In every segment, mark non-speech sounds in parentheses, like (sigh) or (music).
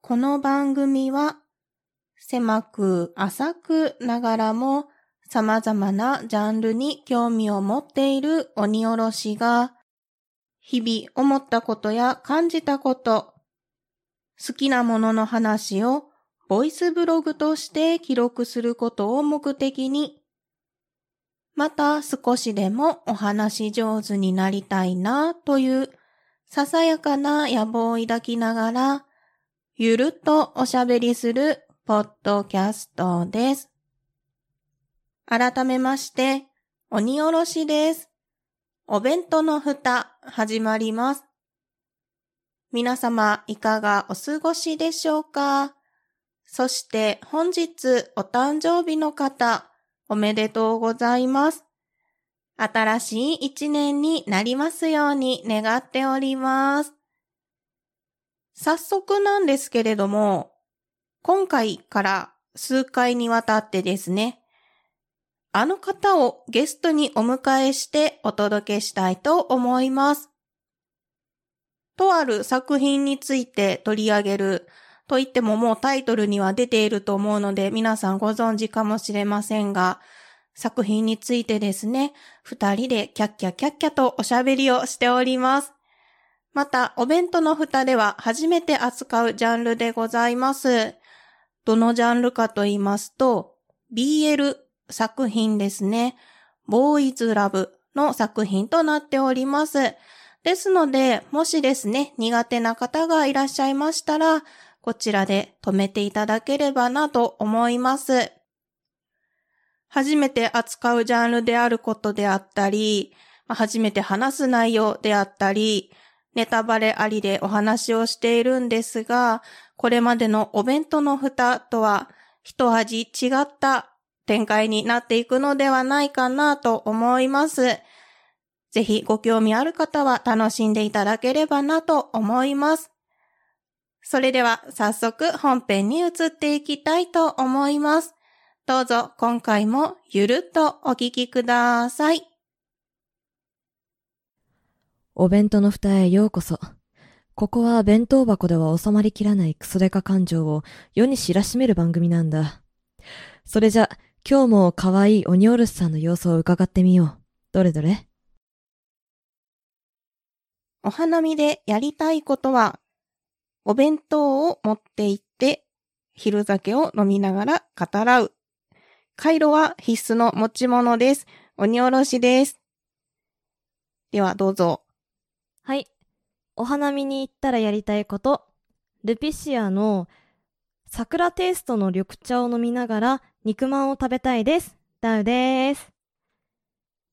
この番組は狭く浅くながらも様々なジャンルに興味を持っている鬼おろしが日々思ったことや感じたこと、好きなものの話をボイスブログとして記録することを目的にまた少しでもお話し上手になりたいなというささやかな野望を抱きながらゆるっとおしゃべりするポッドキャストです。改めまして、鬼おろしです。お弁当の蓋、始まります。皆様、いかがお過ごしでしょうかそして、本日、お誕生日の方、おめでとうございます。新しい一年になりますように願っております。早速なんですけれども、今回から数回にわたってですね、あの方をゲストにお迎えしてお届けしたいと思います。とある作品について取り上げると言ってももうタイトルには出ていると思うので皆さんご存知かもしれませんが、作品についてですね、二人でキャッキャキャッキャとおしゃべりをしております。また、お弁当の蓋では初めて扱うジャンルでございます。どのジャンルかと言いますと、BL 作品ですね。ボーイズラブの作品となっております。ですので、もしですね、苦手な方がいらっしゃいましたら、こちらで止めていただければなと思います。初めて扱うジャンルであることであったり、まあ初めて話す内容であったり、ネタバレありでお話をしているんですが、これまでのお弁当の蓋とは一味違った展開になっていくのではないかなと思います。ぜひご興味ある方は楽しんでいただければなと思います。それでは早速本編に移っていきたいと思います。どうぞ今回もゆるっとお聞きください。お弁当の蓋へようこそ。ここは弁当箱では収まりきらないクソデカ感情を世に知らしめる番組なんだ。それじゃ、今日も可愛い鬼おろしさんの様子を伺ってみよう。どれどれお花見でやりたいことは、お弁当を持って行って、昼酒を飲みながら語らう。カイロは必須の持ち物です。鬼おろしです。ではどうぞ。はい。お花見に行ったらやりたいこと。ルピシアの桜テイストの緑茶を飲みながら肉まんを食べたいです。ダウです。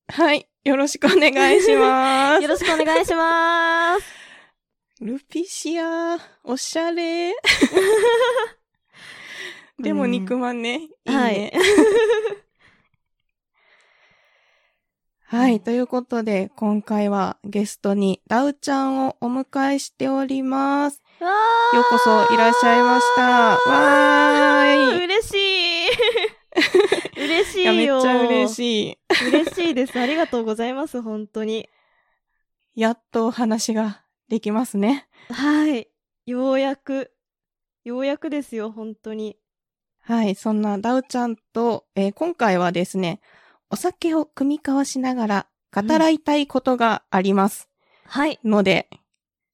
はい。よろしくお願いし (laughs) ます。ろしくお願いします。ルピシア、おしゃ (laughs) れ。でも肉まんね。いいはいね。 (laughs) はい。ということで、今回はゲストにダウちゃんをお迎えしております。わーようこそいらっしゃいました。わーい。 (laughs) 嬉しい (laughs) 嬉しいいや、よめっちゃ嬉いしい。嬉しいですありがとうございます本当にやっとお話ができますね。はいようやくようやくですよ本当にはい。そんなダウちゃんと、えー今回はですね、お酒を組み交わしながら語らいたいことがありますはいので、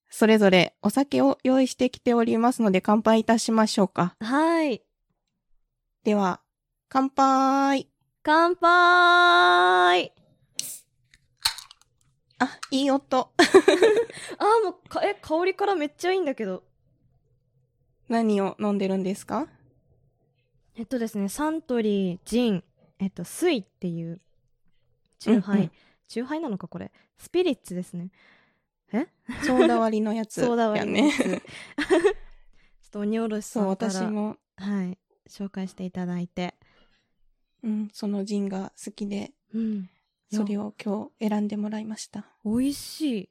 それぞれお酒を用意してきておりますので乾杯いたしましょうか。はいでは、乾杯。乾杯あ、いい音。 (laughs) あーもうかえ香りからめっちゃいいんだけど何を飲んでるんですかえっとですねサントリージンえっとスイっていうチューハイ、うんうんチューハイなのかこれスピリッツですねえソーダ割りのやつ。そうだわやりねで。す。ちょっと鬼おろしさそう、んから私もはい紹介していただいて、うん、そのジンが好きで、うん、それをを今日選んでもらいました。美味しい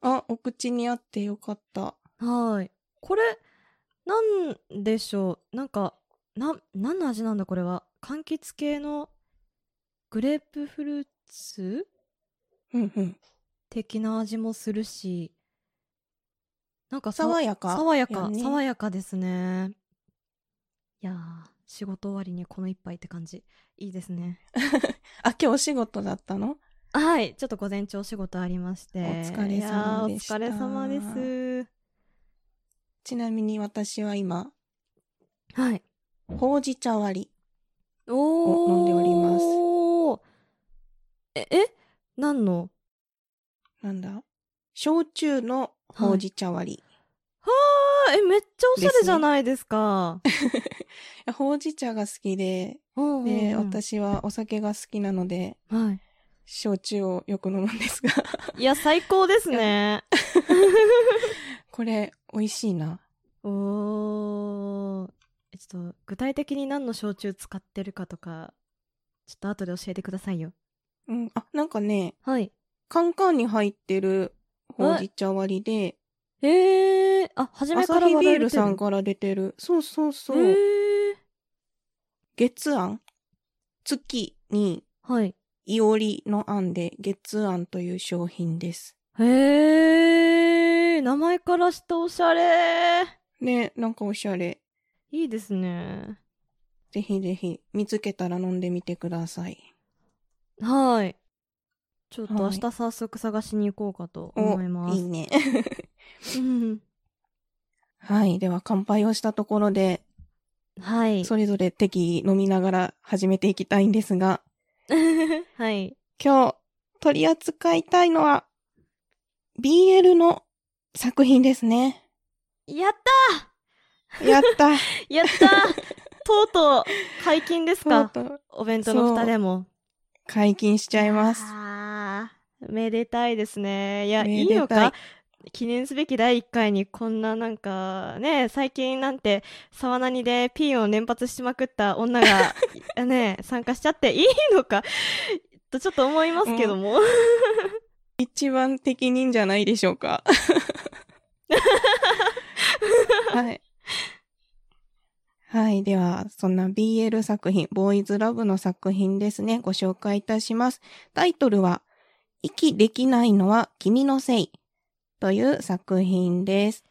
あ、お口に合ってよかった。はいこれなんでしょうなんかな何の味なんだこれは柑橘系のグレープフルーツうんうん。的な味もするしなんかさ爽やか。爽やか、ね爽やかですね。いやー、仕事終わりにこの一杯って感じ。いいですね。あ、今日お仕事だったのはい、ちょっと午前中お仕事ありまして。お疲れ様でしたいやーお疲れ様でちなみに私は今、す。はい。ほうじ茶割おー。飲んでおりますえ、え何のり。なんだ焼酎のほうじ茶割り。あーえ、めっちゃおしゃれじゃないですか。いやほうじ茶が好きで、おうおうおうで、。私はお酒が好きなので、は焼酎をよく飲むん (laughs) ですが、い。いや、最高ですね。これ、美味しいな。おー。えちょっと、具体的に何の焼酎使ってるかとか、ちょっと後で教えてくださいよ。うん、あ、なんかね、はい。カンカンに入ってるほうじ茶割りで、えー、あ、初めアかサらヒ笑ビーえルてるさんから出てる。そうそうそう。えー、月庵月に、はい。いおりの案で、月案という商品です。えー、名前からしておしゃれね、なんかおしゃれ。いいですね。ぜひぜひ、見つけたら飲んでみてください。はい。ちょっと明はい日早速探しに行こうかとお、思いまいいす。ね。 (laughs) うんはい。では、乾杯をしたところで、 (laughs) はい。それぞれ適宜飲みながら始めていきたいんですが、 (laughs) はい。今日取り扱いたいのは、BL の作品ですね。やっや (laughs) ったたやったとうとう解禁ですかとうとうお弁当の蓋でも。解禁しちゃいます。あーめでたいですね。いや、いめでたいいのか記念すべき第1回にこんななんかね、最近なんて沢なにでピンを連発しまくった女 (laughs) がね、参加しちゃっていいのかとちょっと思いますけども。一番適任じゃないでしょう (laughs) か。はい。はい。では、そんな BL 作品、ボーイズラブの作品ですね、ご紹介いたします。タイトルは、息できないのは君のせいという作品です。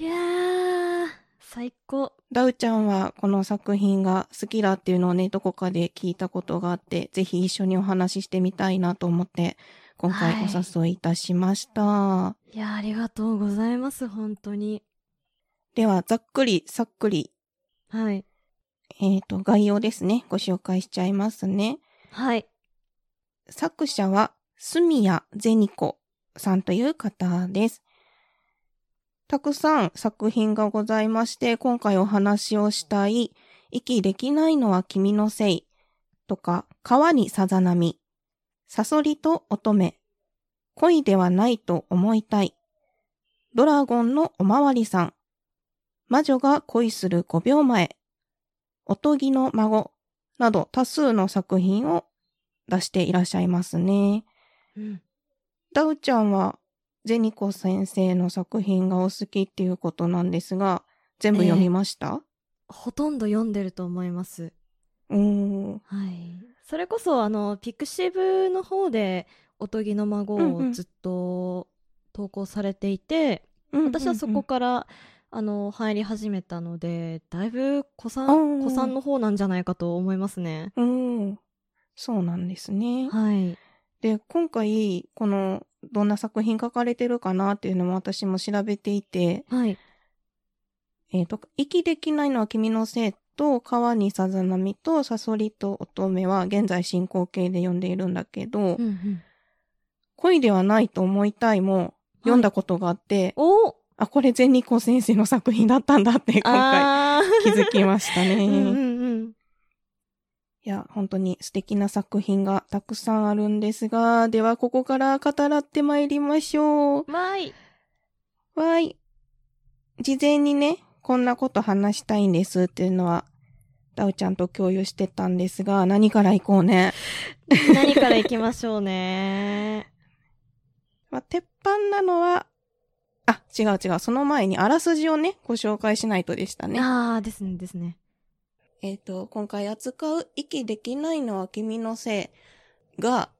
いやー、最高。ダウちゃんはこの作品が好きだっていうのをね、どこかで聞いたことがあって、ぜひ一緒にお話ししてみたいなと思って、今回はいお誘いいたしました。いやー、ありがとうございます、本当に。では、ざっくり、さっくり、はい。えっ、と、概要ですね。ご紹介しちゃいますね。はい。作者は、スミヤ・ゼニコさんという方です。たくさん作品がございまして、今回お話をしたい、息できないのは君のせいとか、川にさざ波、サソリと乙女、恋ではないと思いたい、ドラゴンのおまわりさん、魔女が恋する5秒前、おとぎの孫など多数の作品を出していらっしゃいますね。うん。ダウちゃんはゼニコ先生の作品がお好きっていうことなんですが、全部読みました、ほとんど読んでると思います。うーん。はい。それこそ、あの、ピクシブの方で、おとぎの孫うんうをんずっと投稿されていて、私はそこから、あの、入り始めたので、だいぶ、子さうんん、子さんの方なんじゃないかと思いますね。うんうん。うーん。そうなんですね。はい。で、今回、この、どんな作品書かれてるかなっていうのも私も調べていて、はい。えっ、と、息できないのは君のせいと、川にさざ波と、サソリと乙女は現在進行形で読んでいるんだけど、うんうん。恋ではないと思いたいも読んだことがあって、おあ、これ全日光先生の作品だったんだって今回あー気づきましたね。 (laughs) うんうんうん。いや、本当に素敵な作品がたくさんあるんですが、ではここから語らってまいりましょう。(laughs) まい。わーい。事前にね、こんなこと話したいんですっていうのは、ダウちゃんと共有してたんですが、何から行こうね。何から行きましょうね。まあ、鉄板なのは、あ、違う違う。その前にあらすじをね、ご紹介しないとでしたね。ああ、ですね、ですね。えっ、と、今回扱う息できないのは君のせいが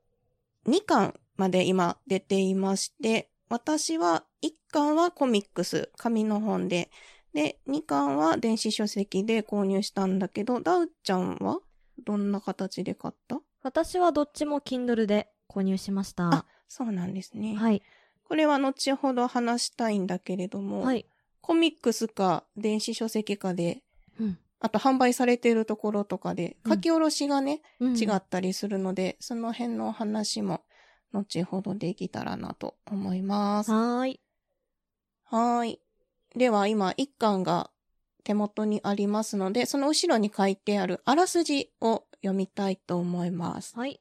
2巻まで今出ていまして、私は1巻はコミックス、紙の本で。で、2巻は電子書籍で購入したんだけど、ダウちゃんはどんな形で買った私はどっちも Kindle で購入しましあた。そうなんですね。はい。これは後ほど話したいんだけれども、はい。コミックスか電子書籍かで、うんあと販売されているところとかで、うん書き下ろしがね、うん違ったりするので、その辺のお話も後ほどできたらなと思います。ははーい。ーい。では今、一巻が手元にありますので、その後ろに書いてあるあらすじを読みたいと思います。はい。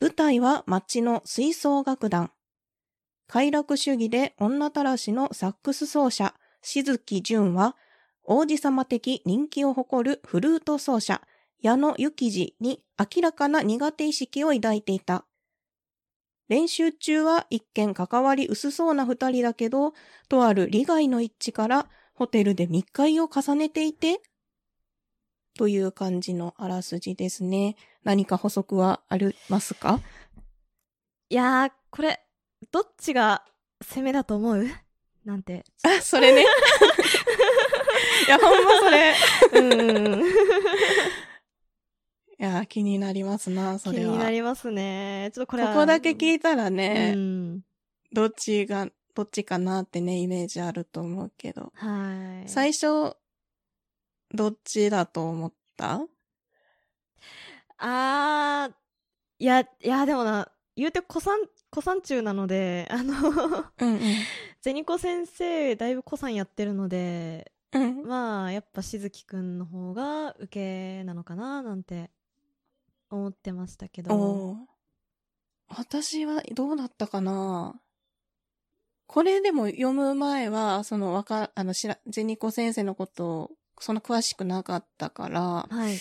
舞台は町の吹奏楽団。快楽主義で女たらしのサックス奏者、静木純は、王子様的人気を誇るフルート奏者、矢野幸次に明らかな苦手意識を抱いていた。練習中は一見関わり薄そうな二人だけど、とある利害の一致からホテルで密会を重ねていて、という感じのあらすじですね。何か補足はありますかいやー、これ、どっちが攻めだと思うなんて。あ、それね。 (laughs) いや、ほんまそれ。い (laughs) うん。や、気になりますな、気それにはな。りますね。ちょっとこれはここだけ聞いたらね、うん。どっちが、どっちかなってね、イメージあると思うけど。はい。最初、どっちだと思ったあー、いや、いや、でもな、言うて、古参、古参中なので、あの、 (laughs) うんゼニコ先生、だいぶ古参やってるので、うん。うん。まあ、やっぱ、しずきくんの方が受けなのかな、なんて、思ってましたけど。おー私はどうだったかなこれでも読む前は、そのわか、あの、しら、ゼニコ先生のことを、そんな詳しくなかったから、はい。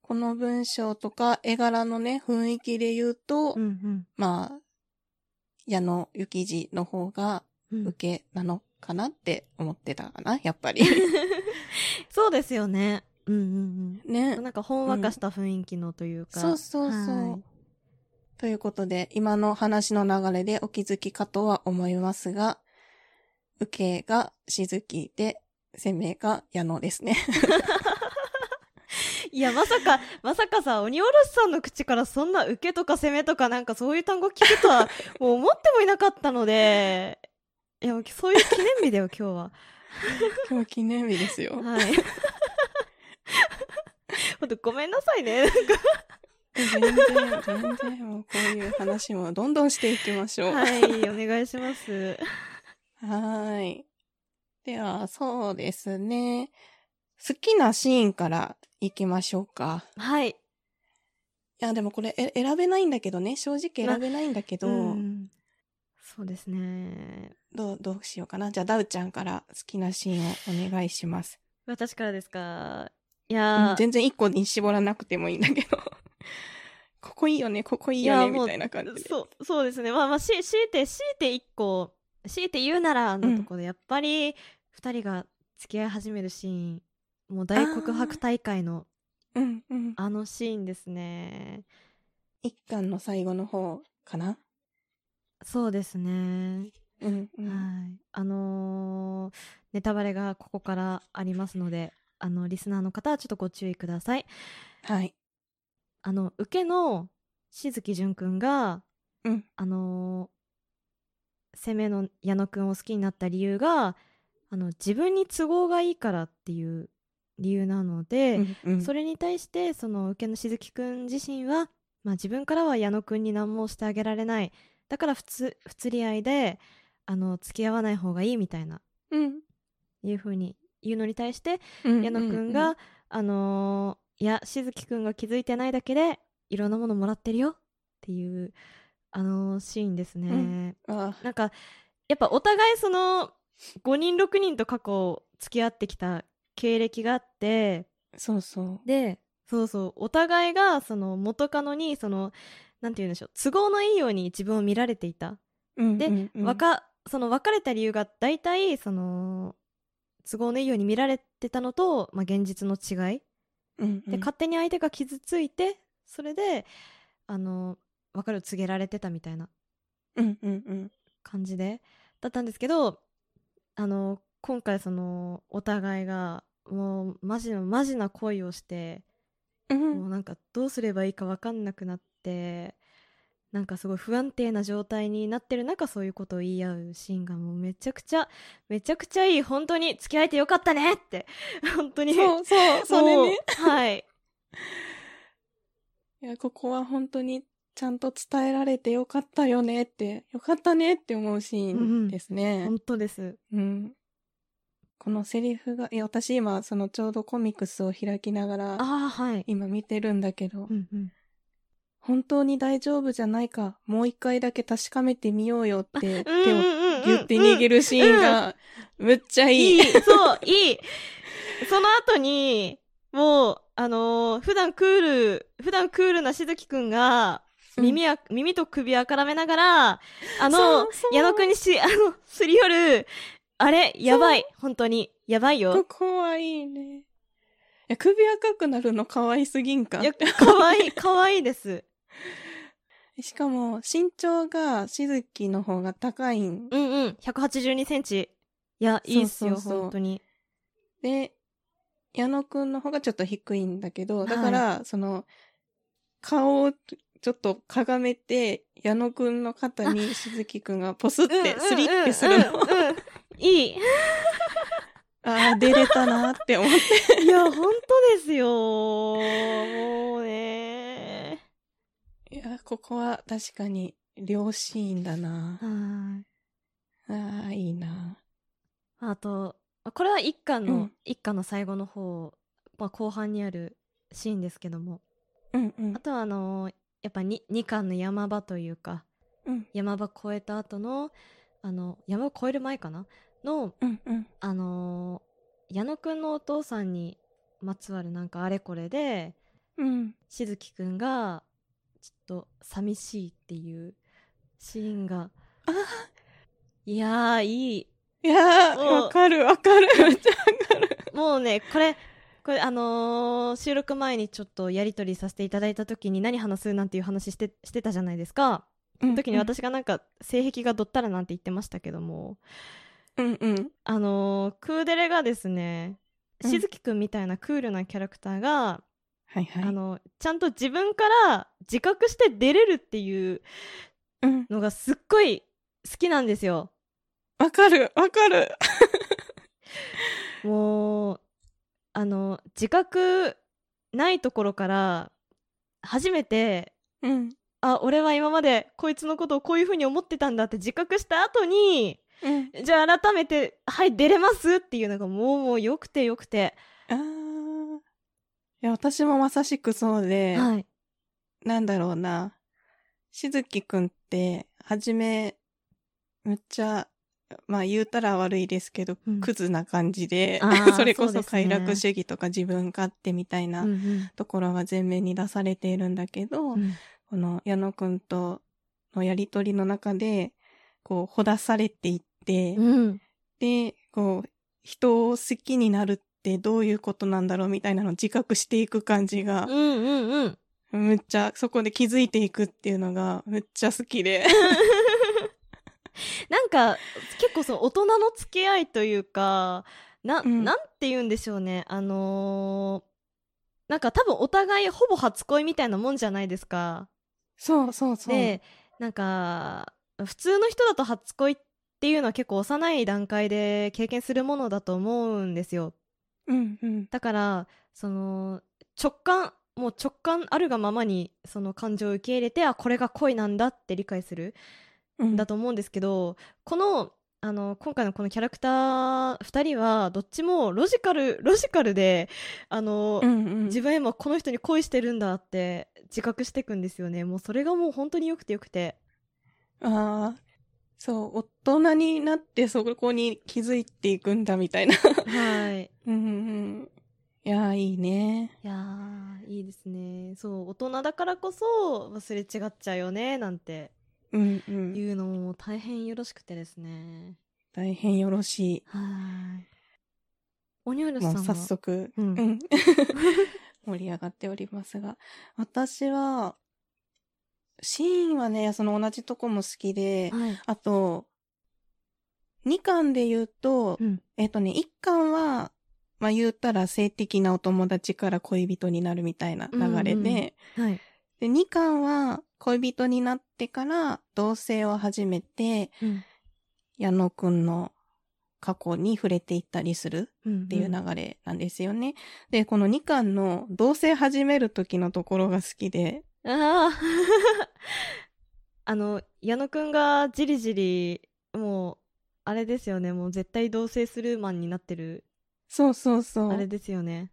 この文章とか絵柄のね、雰囲気で言うと、うんうんまあ、矢野幸次の方がうん。受けなのかなって思ってたかな、やっ (laughs) ぱり。そうですよね。うんうんうねん。。なんか、ほんわかした雰囲気のというか。そうそうそう。はいということで、今の話の流れでお気づきかとは思いますが、受けが静木で、攻めが矢野です (laughs) ね。いや、まさか、 (laughs) まさかさ、鬼おろしさんの口からそんな受けとか攻めとかなんかそういう単語聞く (laughs) とは、もう思ってもいなかったので、いや、そういう記念日だよ、今日は。今日記念日ですよ。はい。 (laughs) ほんと、ごめんなさいね。全然、全然、もうこういう話もどんどんしていきましょう。はい、お願いします。はーい。では、そうですね。好きなシーンから行きましょうか。はい。いや、でもこれえ選べないんだけどね。正直選べないんだけど、うんそうですね。どう、どうしようかな。じゃあ、ダウちゃんから好きなシーンをお願いします。私からですか。いうやんー、全然一個に絞らなくてもいいんだけど。 (laughs) ここいいよね、ここいいいよやね、もうみたいな感じで。そう、そうですね。まあまあ、し、強いて、強いて一個、強いて言うなら、のところで、やっぱり、二人が付き合い始めるシーン、もう大告白大会のうんうん。あのシーンですね。一巻の最後の方かな。そうですね。うんうん。はい。あのーネタバレがここからありますので、あの、リスナーの方はちょっとご注意ください。はい。あの、受けの、しずきじゅんくんが、うんあのー攻めの矢野くんを好きになった理由が、あの、自分に都合がいいからっていう理由なので、うんうんそれに対して、その、受けのしずきくん自身は、まあ自分からは矢野くんに何もしてあげられない。だから、普通、不釣り合いで、あの、付き合わない方がいいみたいな、うんいうふうに言うのに対して、うん矢野くんうが、あのーいや、しずきくんが気づいてないだけで、いろんなものもらってるよっていう、あのーシーンですね。うんあなんか、やっぱお互いその、5人6人と過去付き合ってきた経歴があって、そうそう。で、そうそう、お互いがその元カノに、その、なんて言うんでしょう、都合のいいように自分を見られていた。でうんうんわかその別れた理由が大体その都合のいいように見られてたのと、まあ、現実の違いうんうで、ん勝手に相手が傷ついてそれであの別れを告げられてたみたいなうんうんうん感じで、だったんですけど、あの、今回その、お互いが、もう、マジの、マジな恋をして、うもんうなんか、どうすればいいかわかんなくなって、なんかすごい不安定な状態になってる中、そういうことを言い合うシーンがもうめちゃくちゃ、めちゃくちゃいい、本当に付き合えてよかったねって、 (laughs) 本当に。そうそう、それもうね。。 (laughs) はい。いや、ここは本当にちゃんと伝えられてよかったよねって、よかったねって思うシーンですね。本当です。うん。このセリフが、いや、私今、そのちょうどコミックスを開きながら、ああ、はい。今見てるんだけど、うんうん。本当に大丈夫じゃないか、もう一回だけ確かめてみようよって、手ををギュって握るシーンが、むっちゃいい。いい、そう、いい。その後に、もう、あのー普段クール、普段クールなしずきくんが、耳や、耳と首あからめながら、あそのうそう、矢野くんにし、あ (laughs) の、すり寄る、あれ、やばい、本当に、やばいこよ。こはいいね。いや首赤くなるの可愛すぎんかい。や、かわいい、かわいいです。しかも、身長がしずきの方が高いんうんうん、182センチ。いや、いいっすそよ、うそうそう本当に。で、矢野くんの方がちょっと低いんだけど、だから、その、顔をちょっとかがめて、矢野くんの肩にしずきくんがポスっうんうんうんて、うんスリってするの。うんうんいい。ああ、出れたなって思って。いや、本当ですよ。もうね。いや、ここは確かに、両シーンだな。はい。ああ、いいな。あと、これは一巻うのん、一、巻の最後の方、まあ、後半にあるシーンですけども。うんうんあ。とは、あのーやっぱに二巻の山場というか、うん山場越えた後の、あの、山を越える前かなの、うんうん。あのー矢野くんのお父さんにまつわるなんかあれこれで、うん。しずきくんがちょっと寂しいっていうシーンがあいやーいいいやー、そうわかるわかる。めっちゃわかる。もうねこれこれあのー収録前にちょっとやり取りさせていただいた時に何話すなんていう話してしてたじゃないですか時に、私がなんか性癖がどったらなんて言ってましたけどもうんうん。あのークーデレがですねうんしずきくんみたいなクールなキャラクターが、はいはい。あ、のちゃんと自分から自覚して出れるっていううん。のがすっごい好きなんですよ。わかるわかる。もう、あの、自覚ないところから、初めて、うん。あ、俺は今までこいつのことをこういうふうに思ってたんだって自覚した後に、うん。じゃあ改めて、はい、出れますっていうのがもうもう良くて良くて。あーいや、私もまさしくそうで、はい。なんだろうな。しずきくんって、はじめ、むっちゃ、まあ言うたら悪いですけど、うんクズな感じであ、ー (laughs) それこそうそですね快楽主義とか自分勝手みたいなうんところが前面に出されているんだけど、うんうんこの矢野くんとのやりとりの中で、こう、ほだされていって、うんで、こう、人を好きになるってどういうことなんだろうみたいなのを自覚していく感じがうん、うんうん。むっちゃ、そこで気づいていくっていうのが、むっちゃ好きで。なんか、結構その大人の付き合いというか、な、うんなんて言うんでしょうね。あのーなんか多分お互いほぼ初恋みたいなもんじゃないですか。そうそうそう。で、なんか、普通の人だと初恋っていうのは結構幼い段階で経験するものだと思うんですよ。うんうん。だから、その、直感、もう直感あるがままにその感情を受け入れて、あ、これが恋なんだって理解する。うん、だと思うんですけどこのあの今回のこのキャラクター2人はどっちもロジカルロジカルであの、うんうん。自分今この人に恋してるんだって自覚していくんですよねもうそれがもう本当に良くて良くてああ。そう、大人になってそこに気づいていくんだみたいな。 (laughs) はい (laughs) うんうん。いやー、いいね。いやーいいですねそう大人だからこそ忘れ違っちゃうよねなんてうんうん。いうのも大変よろしくてですね大変よろしい。はいおにょるさもんうは早速、うん盛り上がっておりますが、私は、シーンはね、その同じとこも好きで、(laughs) (laughs) はいあと、 2巻で言うと、うんえっとね、1巻は、まあ言ったら性的なお友達から恋人になるみたいな流れで、うんうんうんはい。で、2巻は恋人になってから同棲を始めて、うん。矢野くんの過去に触れていったりするうん。っっていう流れなんですよね。で、この2巻の同棲始める時のところが好きで、ああ。 (laughs) あの、矢野くんがじりじり、もう、あれですよね。もう絶対同棲するマンになってる、そうそうそう。あれですよね。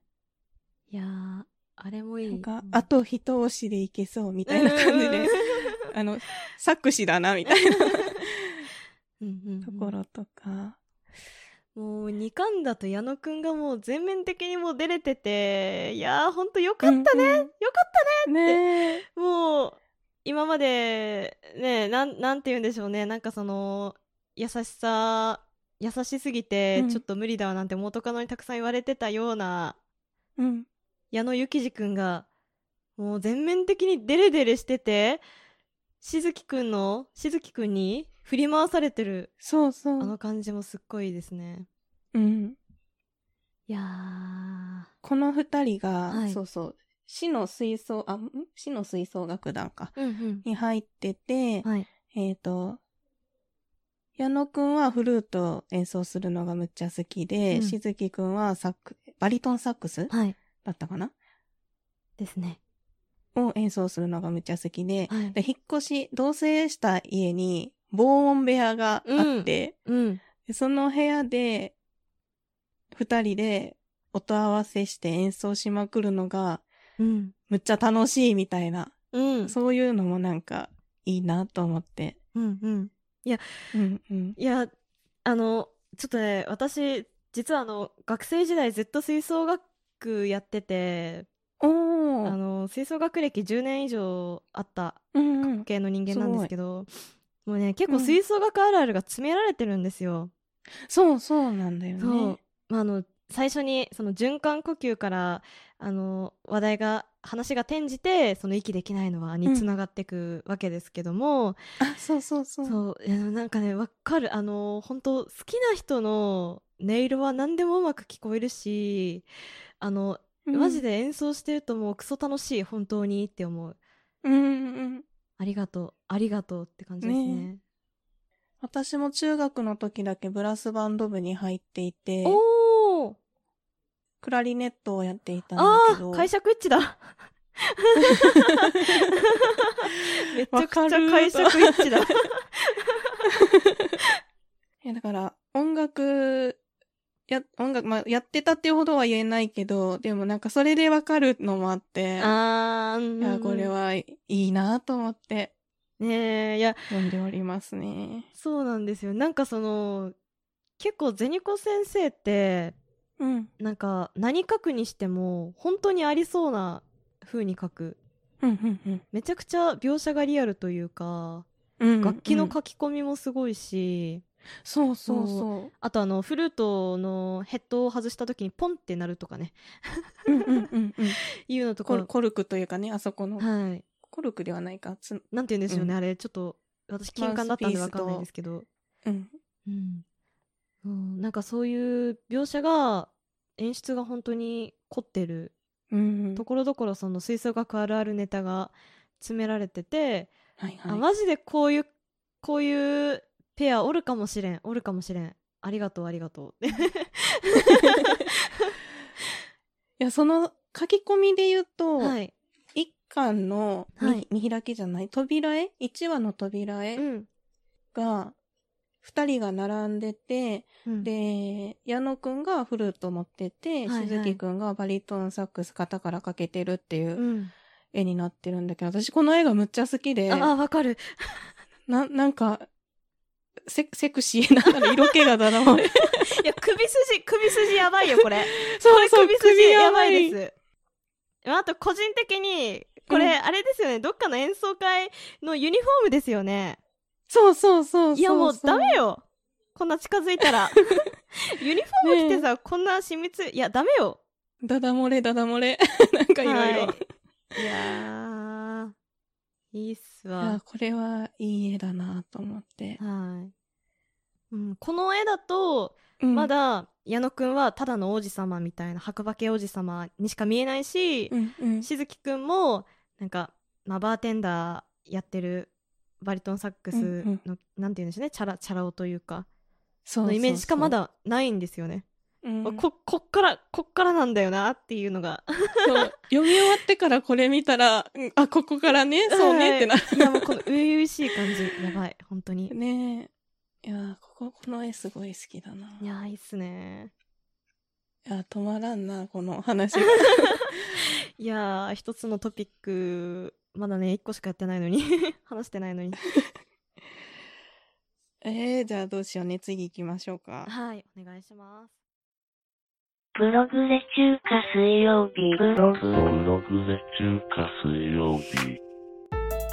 いやー、あれもいい。なんか、あと一押しでいけそうみたいな感じ (laughs) で、あの、作詞だなみたいなうんうんうん。ところとか。もう2巻だと矢野くんがもう全面的にもう出れてて、いやーほんとよかったね、うんうんよかっねえ。たもう、今まで、ね、なん、なんて言うんでしょうね、なんかその、優しさ、優しすぎてう、んちょっと無理だわなんて元カノにたくさん言われてたような、うん。矢野ゆきじくんが、もう全面的にデレデレしてて、しずきくんの、しずきくんに振り回されてる、そうそあう。の感じもすっごいですね。うん。いやー。この二人が、はいそうそう、市の吹奏、あ、ん市の吹奏楽団か、うんに入ってて、はい。えっ、と、矢野くんはフルートを演奏するのがむっちゃ好きで、うんしずきくんはサック、バリトンサックスはい。だったかなですね。を演奏するのがむっちゃ好きで、はい。で、引っ越し、同棲した家に防音部屋があって、うん。でその部屋で、二人で音合わせして演奏しまくるのが、うん。むっちゃ楽しいみたいな、うん。そういうのもなんか、いいなと思って。うん。うん。うんうん。いや、あの、ちょっとね、私、実はあの、学生時代ずっと吹奏楽やってて、おあー。の、吹奏楽歴10年以上あったうんうん。系の人間なんですけど、もうね、結構吹奏楽あるあるが詰められてるんですよ。そうそうなんだよそうね。。まあ、あの、最初に、その循環呼吸から、あの、話題が、話が転じて、その息できないのはにつながっていくわけですけども、あ、そうそうそう。そう、いやでもなんかね、わかる。あの、本当好きな人の音色は何でもうまく聞こえるし、あの、うんマジ。で演奏してるともうクソ楽しい、本当にって思う。うんうんうん。ありがとう、ありがとうって感じですね。私も中学の時だけブラスバンド部に入っていて、おークラリネットをやっていたんあだけあど。ー、解釈一 (laughs) 致だめちゃわかくちるゃ解釈一 (laughs) 致だ。いや、だから、音楽、や、音楽、まあ、やってたっていうほどは言えないけど、でもなんかそれでわかるのもあって、ああ、ういんや、これ。はいいなと思ってねえ、いや、読んでおりますね。そうなんですよ。なんかその、結構ゼニコ先生って、うん。なんか何書くにしても本当にありそうな風に書くうん、うん、めちゃくちゃ描写がリアルというか、うん。楽器のうん書き込みもすごいしそうそうそあとあのフルートのヘッドを外した時にポンって鳴るとかね (laughs) う。うん、うん、うん。うんいうのとコルかコルクというかね、あそこの、はいコルクではないか、つ、なんて言うんですよね、うんあれちょっと私金管だったんでわかんないんですけど、うん。うんうん、なんかそういう描写が演出が本当に凝ってるうん。ところどころその吹奏楽あるあるネタが詰められてて、はいあはい。マジでこういうこういうペアおるかもしれんおるかもしれんありがとうありがとういや、その書き込みで言うと、はい一巻の見,、はい見開きじゃない扉絵一話の扉絵うん、が、二人が並んでて、うん、で、矢野くんがフルート持ってて、いはい、しずきくんがバリトンサックス肩からかけてるっていううん絵になってるんだけど、私この絵がむっちゃ好きで、ああわかるな、なんか、セセクシーな、なんか色気がだな、俺。 (laughs) いや首筋首筋やばいよ (laughs) これそうそう、首筋やば首いやばですあと個人的にこれ、うあれですよねどっかの演奏会のユニフォームですよねそうそうそうそう。いやもうダメよこんな近づいたら (laughs) ユニフォーム着てさ、こんな親密いやダメよダダ漏れ、ダダ漏れ。 (laughs) なんかいろいろ。は。いやー、いいっすいやわ。これはいい絵だなと思って。はい。うん、この絵だと、うんま、だ矢野くんはただの王子様みたいな白馬系王子様にしか見えないし、うんうん、しずきくんもなんか、まあ、バーテンダーやってるバリトンサックスの、うんなんて言うんでしょうねチャラチャラ男というかそうそうそうのイメージしかま、だないんですよね。うんここっからこっからなんだよなっていうのがそう読み終わってからこれ見たら、うんあ、ここからね、そうねってな。いやもうこの初々しい感じやばい本当に。ねえ。いやー、ここ、この絵すごい好きだな。いやいいっすね。いやー、止まらんな、この (laughs) 話。いやー一つのトピックまだね一個しかやってないのに (laughs) 話してないのに。えー、じゃあどうしようね。次行きましょうか。はいお願いします。ブログで中華水曜日。ブロブログで中華水曜日。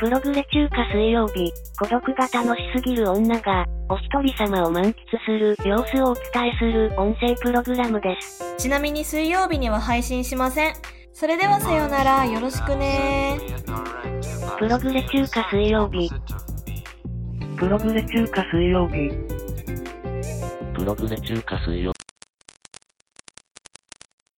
ブログで中華水曜日。孤独が楽しすぎる女が、お一人様を満喫する様子をお伝えする音声プログラムです。ちなみに水曜日には配信しません。それではさようなら、よろしくねブログで中華水曜日。ブログで中華水曜日。